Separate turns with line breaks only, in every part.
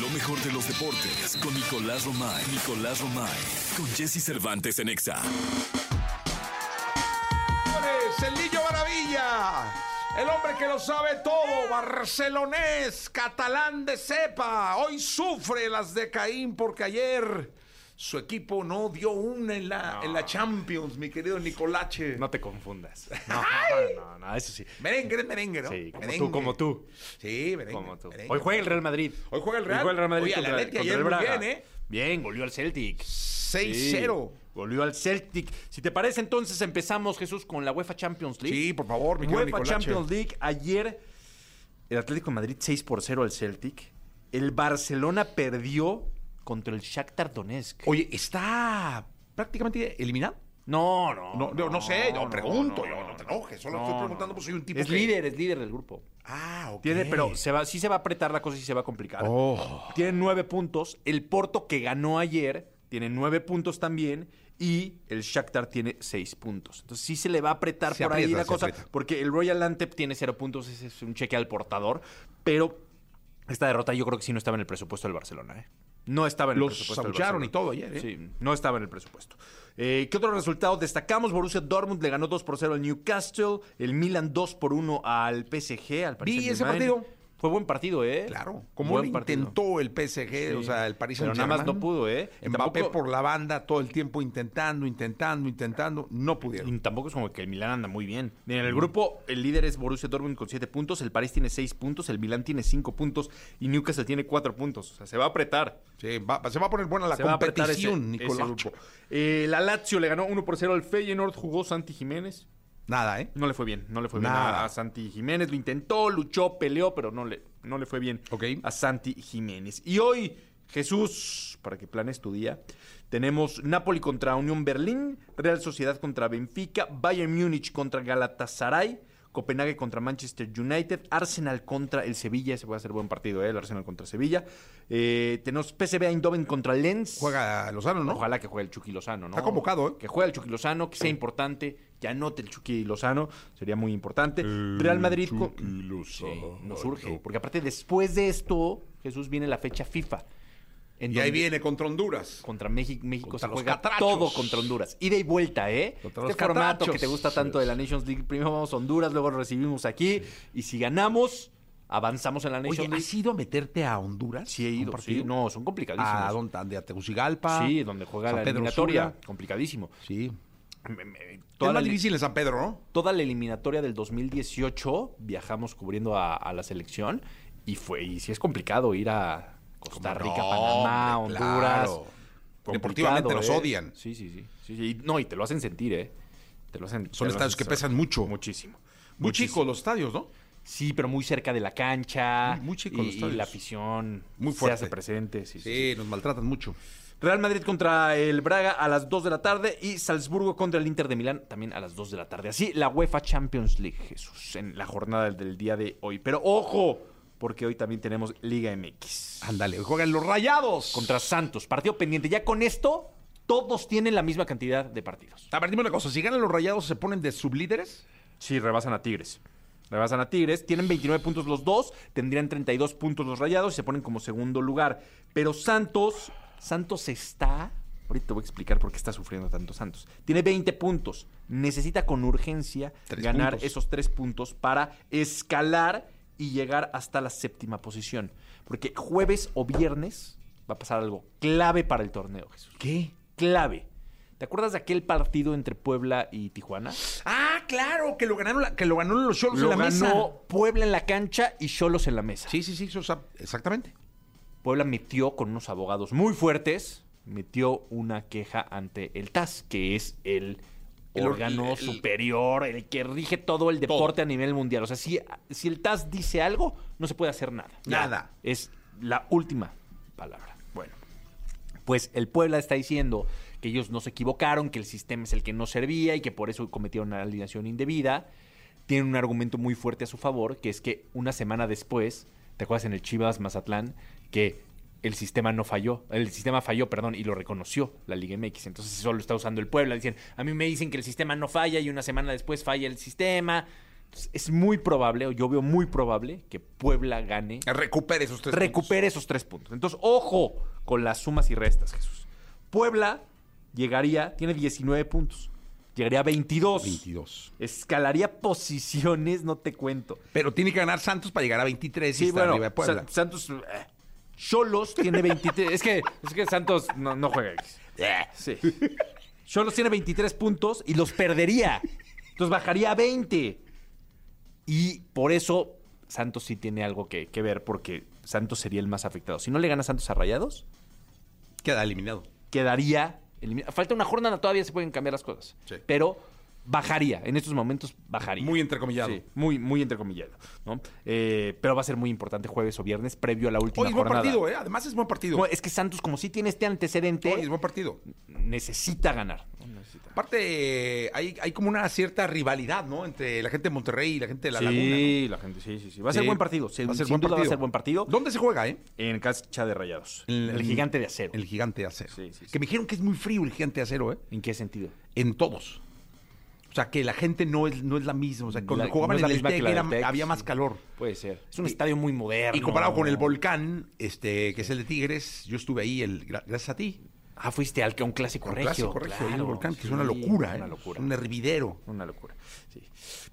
Lo mejor de los deportes con Nicolás Romay. Nicolás Romay. Con Jesse Cervantes en Exa.
Señores, El niño maravilla. El hombre que lo sabe todo, barcelonés, catalán de cepa, hoy sufre las de Caín porque ayer su equipo no dio una en la, en la Champions, mi querido Nicolache.
No te confundas. No, no, no, eso sí.
Merengue, es merengue, ¿no?
Sí, como
Merengue.
tú, como tú.
Sí, merengue.
Como tú.
merengue.
Hoy juega el Real Madrid.
Hoy juega el Real.
Hoy juega el Real Madrid
Oye, al
contra,
Atleti
contra
ayer
el
muy
Braga.
bien, ¿eh?
Bien, volvió al Celtic.
6-0.
Sí, Volvió al Celtic. Si te parece, entonces empezamos, Jesús, con la UEFA Champions League.
Sí, por favor, mi querido
UEFA
Nicolache.
Champions League. Ayer el Atlético de Madrid 6 por 0 al Celtic. El Barcelona perdió contra el Shakhtar Donetsk.
Oye, está prácticamente eliminado.
No, no.
No, no, no sé, yo
no,
pregunto,
no,
yo no te enojes, solo
no,
estoy
no,
preguntando
no.
porque soy un tipo
Es
que-
líder, es líder del grupo.
Ah, ok.
Tiene, pero se va, sí se va a apretar la cosa y se va a complicar.
Oh.
Tiene nueve puntos. El Porto que ganó ayer tiene nueve puntos también. Y el Shakhtar tiene seis puntos. Entonces sí se le va a apretar
Se
por ahí
aprieta,
la
se
cosa.
aprieta.
Porque el Royal Antep tiene cero puntos. Ese es un cheque al portador. Pero esta derrota yo creo que sí no estaba en el presupuesto del Barcelona. ¿eh? No estaba en el
Los
presupuesto. del
abucharon
Barcelona.
y todo ayer, ¿eh?
Sí, no estaba en el presupuesto. Eh, ¿Qué otro resultado destacamos? Borussia Dortmund le ganó 2 por 0 al Newcastle. El Milan 2 por 1 al PSG, al Paris
Vi ese
Saint-Germain.
partido.
Fue buen partido, ¿eh?
Claro, como
Buen
lo
partido.
intentó el PSG, o
Sí.
sea, el Paris
Pero
Saint
nada más no pudo, ¿eh? Y
Mbappé
tampoco-
por la banda todo el tiempo intentando, intentando, intentando, no pudieron.
Y tampoco es como que el Milan anda muy bien. Mira, En el grupo, el líder es Borussia Dortmund con 7 puntos, el París tiene 6 puntos, el Milan tiene 5 puntos y Newcastle tiene 4 puntos. O sea, se va a apretar.
Sí, va- se va a poner buena la
se va a apretar ese,
competición,
ese
Nicolás.
grupo. Eh, la Lazio le ganó 1 por 0 al Feyenoord, jugó Santi Jiménez.
Nada, ¿eh?
No le fue bien, no le fue bien
Nada.
a, a Santi Jiménez. Lo intentó, luchó, peleó, pero no le, no le fue bien
Ok.
a Santi Jiménez. Y hoy, Jesús, para que planes tu día, tenemos Napoli contra Unión Berlín, Real Sociedad contra Benfica, Bayern Múnich contra Galatasaray, Copenhague contra Manchester United, Arsenal contra el Sevilla. Ese va a ser buen partido, ¿eh? el Arsenal contra Sevilla. Eh, tenemos PSV Eindhoven contra Lens.
Juega Lozano, ¿no?
Ojalá que juegue el Chucky Lozano, ¿no?
Está convocado, ¿eh?
Que juegue el Chucky Lozano, que sea importante, que anote el Chucky Lozano, sería muy importante. Real Madrid con- Sí, nos urge, porque aparte después de esto, Jesús viene la fecha FIFA. en
Y ahí
donde
viene contra Honduras.
Contra México, México
Contra
se
los
juega
catrachos.
todo contra Honduras. Ida y vuelta, ¿eh?
Contra
este
los
formato
catrachos.
que te gusta tanto de la Nations League. Primero vamos a Honduras, luego recibimos aquí. Y si ganamos, avanzamos en la Nations
Oye,
League.
¿has ido a meterte a Honduras?
Sí he
¿A un
ido,
partido?
sí. No, son complicadísimos.
¿A dónde? ¿A Tegucigalpa?
Sí, donde juega
San
la
Pedro
eliminatoria.
Sula.
Complicadísimo.
Sí.
Me- me-
Es
toda, la,
más
li-
difícil en San Pedro, ¿no?
toda la eliminatoria del 2018 viajamos cubriendo a, a la selección y fue y sí es complicado ir a Costa
Como
Rica,
no,
Panamá,
hombre,
Honduras.
claro.
Complicado,
Deportivamente nos
¿eh?
odian.
Sí, sí, sí, sí, sí. Y No, y te lo hacen sentir, ¿eh? Te lo hacen,
Son
te lo
estadios
hacen
que
sentir.
pesan mucho.
Muchísimo.
Muy
Muchísimo.
chicos los estadios, ¿no?
Sí, pero muy cerca de la cancha.
Muy- muy chicos
y-
los
y,
estadios.
la afición
Muy
se
fuerte.
hace presente. Sí, sí, sí.
Sí, nos maltratan mucho.
Real Madrid contra el Braga a las 2 de la tarde y Salzburgo contra el Inter de Milán también a las 2 de la tarde. Así la UEFA Champions League, Jesús, en la jornada del día de hoy. Pero ojo, porque hoy también tenemos Liga MX.
Ándale, juegan los rayados.
Contra Santos, partido pendiente. Ya con esto, todos tienen la misma cantidad de partidos.
A ver, dime una cosa, si ganan los rayados, ¿se ponen de sublíderes?
Sí, rebasan a Tigres. Rebasan a Tigres. Tienen 29 puntos los dos. Tendrían 32 puntos los rayados y se ponen como segundo lugar. Pero Santos, Santos está. Ahorita te voy a explicar por qué está sufriendo tanto Santos. Tiene 20 puntos. Necesita con urgencia
Tres
ganar
puntos.
esos tres puntos para escalar y llegar hasta la séptima posición. Porque jueves o viernes va a pasar algo clave para el torneo, Jesús.
¿Qué?
Clave. ¿Te acuerdas de aquel partido entre Puebla y Tijuana?
Ah, claro, que lo ganaron, la- que lo ganaron los Cholos
Lo
en la
ganó
mesa.
Puebla en la cancha y Cholos en la mesa.
Sí, sí, sí, eso sa- exactamente.
Puebla metió con unos abogados muy fuertes, metió una queja ante el TAS, que es el,
El or-
órgano
el-
superior, el que rige todo el deporte a nivel mundial. O sea, si, si el TAS dice algo, no se puede hacer nada. Ya,
Nada.
es la última palabra. Bueno. Pues el Puebla está diciendo que ellos no se equivocaron, que el sistema es el que no servía y que por eso cometieron una alineación indebida. Tienen un argumento muy fuerte a su favor, que es que una semana después, ¿te acuerdas en el Chivas Mazatlán? Que el sistema no falló, el sistema falló, perdón, y lo reconoció la Liga MX. Entonces solo está usando el Puebla. Dicen, a mí me dicen que el sistema no falla y una semana después falla el sistema. Entonces, es muy probable, o yo veo muy probable, que Puebla gane,
Recupere esos tres
recupere esos tres puntos. Entonces, ojo con las sumas y restas, Jesús. Puebla llegaría, tiene 19 puntos, llegaría a 22.
puntos. 22.
Escalaría posiciones, no te cuento.
Pero tiene que ganar Santos para llegar a 23 y
Sí,
estar
bueno,
arriba de Puebla.
Sa- Santos. eh, Cholos tiene 23. es, que, es que Santos no, no juega. Eh, Sí. Cholos tiene 23 puntos y los perdería. Entonces bajaría a 20. Y por eso Santos sí tiene algo que, que ver, porque Santos sería el más afectado. Si no le gana Santos a Rayados,
Queda eliminado.
quedaría. eliminado. Falta una jornada, todavía se pueden cambiar las cosas.
Sí.
Pero bajaría. En estos momentos bajaría.
Muy entrecomillado.
Sí, muy, muy entrecomillado, ¿no? Eh, pero va a ser muy importante jueves o viernes previo a la última
Hoy es buen
jornada.
partido, ¿eh? Además es buen partido.
No, es que Santos, como sí tiene este antecedente,
Hoy es buen partido.
necesita ganar.
Aparte, eh, hay, hay como una cierta rivalidad, ¿no? Entre la gente de Monterrey y la gente de la
sí,
Laguna. ¿no?
la gente, sí, sí, sí. Va a ser
Sí.
buen partido. Sin,
Va a ser
sin
buen
duda va a
partido.
ser buen partido.
¿Dónde se juega, eh?
En cancha de rayados.
En-
El, gigante de acero.
El gigante de acero.
Sí, sí, sí.
Que me dijeron que es muy frío el gigante de acero, ¿eh?
¿En qué sentido?
En todos. O sea, que la gente no es, no es la misma. O sea, cuando
La-
jugaban
no es la
en el
misma que
TEC
la del
era-
TEC,
había
sí.
más calor.
Puede ser. Es un
Y-
estadio muy moderno.
Y comparado con el volcán, este, que es el de Tigres, yo estuve ahí, el, gra- gracias a ti.
Ah, fuiste al que un clásico
Con
regio.
Clásico Regio, ahí en el
claro,
volcán, que
sí,
es una locura, ¿eh?
Una locura.
Es un hervidero.
Una locura, sí.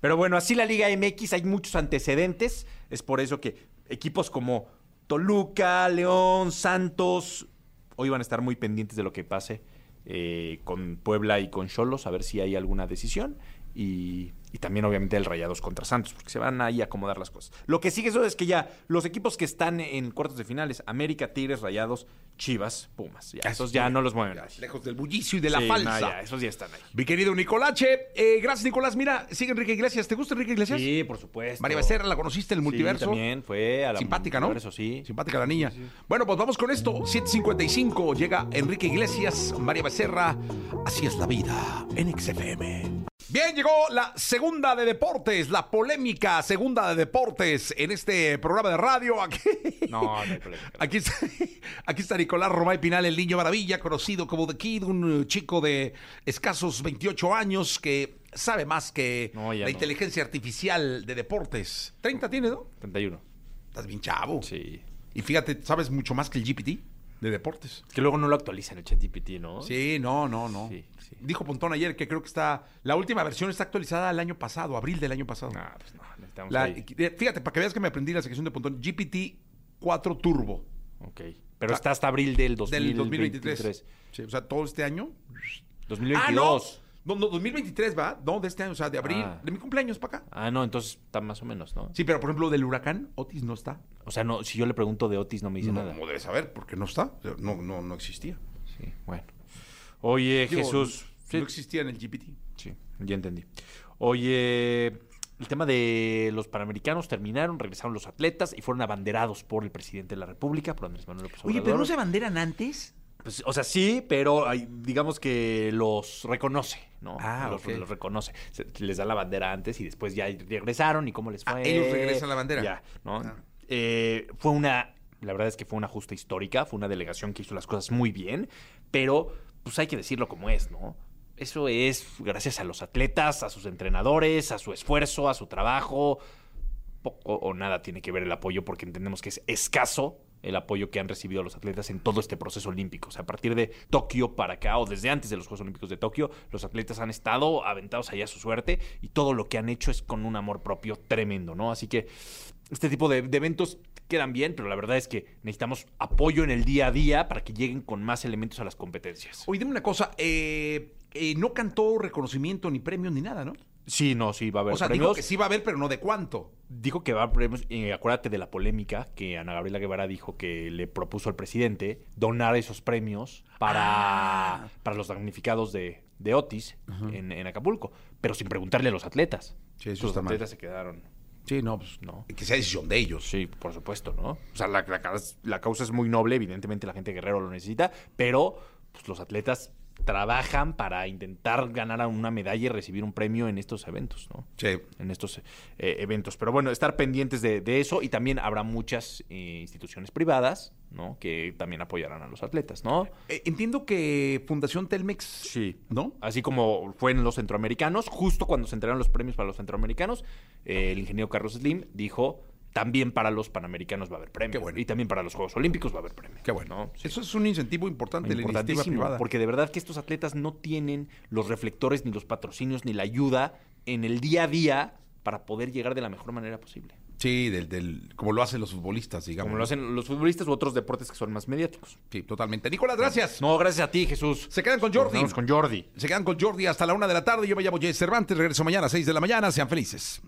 Pero bueno, así la Liga MX, hay muchos antecedentes. Es por eso que equipos como Toluca, León, Santos, hoy van a estar muy pendientes de lo que pase eh, con Puebla y con Cholos, a ver si hay alguna decisión. Y, y también, obviamente, el Rayados contra Santos, porque se van ahí a acomodar las cosas. Lo que sigue eso es que ya los equipos que están en cuartos de finales, América, Tigres, Rayados, Chivas, Pumas. Ya,
Ya,
esos ya no los mueven.
Ah, Ya, Lejos del bullicio y de la
Sí, no,
falsa.
ya, esos ya están ahí.
Mi querido Nicolache, eh, gracias Nicolás. Mira, sigue Enrique Iglesias. ¿Te gusta Enrique Iglesias?
Sí, por supuesto.
María Becerra, la conociste en el multiverso.
Sí, también fue a la
Simpática, ¿no?
Multiverso, sí.
Simpática la niña. Bueno, pues vamos con esto. 755 llega Enrique Iglesias, María Becerra. Así es la vida en XFM. Bien, llegó la segunda de deportes, la polémica segunda de deportes en este programa de radio. Aquí,
No, no hay problema.
aquí, está, aquí está Nicolás Romay Pinal, el niño maravilla, conocido como The Kid, un eh, chico de escasos 28 años que sabe más que
No, ya
la
no.
inteligencia artificial de deportes. 30 tiene, ¿no?
31.
Estás bien chavo.
Sí.
Y fíjate, sabes mucho más que el GPT de deportes.
Que luego no lo actualizan el ChatGPT, ¿no?
Sí, no, no, no.
Sí, sí.
Dijo Pontón ayer que creo que está. La última versión está actualizada el año pasado, abril del año pasado.
No, pues no, necesitamos
La- eh,
ahí.
fíjate, para que veas que me aprendí la sección de Pontón, GPT 4 Turbo
Ok. Pero está hasta abril del 2023.
del 2023. Sí, o sea, todo este año.
2022.
Ah, no. no, no, 2023, ¿va? No, de este año, o sea, de abril,
Ah.
de mi cumpleaños para acá.
Ah, no, entonces está más o menos, ¿no?
Sí, pero por ejemplo, del huracán, Otis no está.
O sea, no, si yo le pregunto de Otis no me dice
No,
nada.
no debes saber, porque no está. No, no, no existía.
Sí, bueno. Oye,
Digo,
Eh, Jesús.
No
Sí,
existía en el GPT.
sí, ya entendí. Oye, el tema de los panamericanos terminaron, regresaron los atletas y fueron abanderados por el presidente de la República, por Andrés Manuel López Obrador.
abanderan antes?
Pues, o sea, sí, pero hay- digamos que los reconoce, ¿no?
Ah,
los,
ok.
los reconoce. Se- les da la bandera antes y después ya regresaron y cómo les fue.
Ah, ellos regresan la bandera.
Ya, ¿no?
Ah.
Eh, fue una, la verdad es que fue una justa histórica, fue una delegación que hizo las cosas muy bien, pero pues hay que decirlo como es, ¿no? Eso es gracias a los atletas, a sus entrenadores, a su esfuerzo, a su trabajo, poco o nada tiene que ver el apoyo porque entendemos que es escaso el apoyo que han recibido los atletas en todo este proceso olímpico. O sea, a partir de Tokio para acá o desde antes de los Juegos Olímpicos de Tokio, los atletas han estado aventados allá a su suerte y todo lo que han hecho es con un amor propio tremendo, ¿no? Así que este tipo de, de eventos quedan bien, pero la verdad es que necesitamos apoyo en el día a día para que lleguen con más elementos a las competencias.
Oye, dime una cosa, eh, eh, no cantó reconocimiento ni premio ni nada, ¿no?
Sí, no, sí, va a haber
O sea,
premios.
dijo que sí va a haber, pero no de cuánto.
Dijo que va a premios. eh, acuérdate de la polémica que Ana Gabriela Guevara dijo que le propuso al presidente donar esos premios
Ah.
para, para los damnificados de, de Otis en, en Acapulco, pero sin preguntarle a los atletas.
Sí, eso
los
está mal.
atletas se quedaron.
Sí, no, pues
no.
Que sea decisión de ellos.
Sí, por supuesto, ¿no? O sea, la, la caus- la causa es muy noble, evidentemente la gente de guerrero lo necesita, pero pues, los atletas trabajan para intentar ganar una medalla y recibir un premio en estos eventos, ¿no?
Sí.
en estos eh, eventos. Pero bueno, estar pendientes de, de eso y también habrá muchas eh, instituciones privadas, ¿no? Que también apoyarán a los atletas, ¿no?
Eh, Entiendo que Fundación Telmex.
Sí.
¿No?
Así como fue en los centroamericanos, justo cuando se entregaron los premios para los centroamericanos, eh, el ingeniero Carlos Slim dijo, también para los panamericanos va a haber premio.
Qué bueno.
Y también para los Juegos Olímpicos va a haber premio.
Qué bueno.
¿no? Sí.
Eso es un incentivo importante, la iniciativa
Importantísimo,
privada.
porque de verdad que estos atletas no tienen los reflectores, ni los patrocinios, ni la ayuda en el día a día para poder llegar de la mejor manera posible.
Sí, del, del, como lo hacen los futbolistas, digamos.
Como lo hacen los futbolistas u otros deportes que son más mediáticos.
Sí, totalmente. Nicolás, gracias.
No, gracias a ti, Jesús.
Se quedan con Jordi.
Nos vamos con Jordi.
Se quedan con Jordi hasta la una de la tarde. Yo me llamo Jay Cervantes. Regreso mañana a seis de la mañana. Sean felices.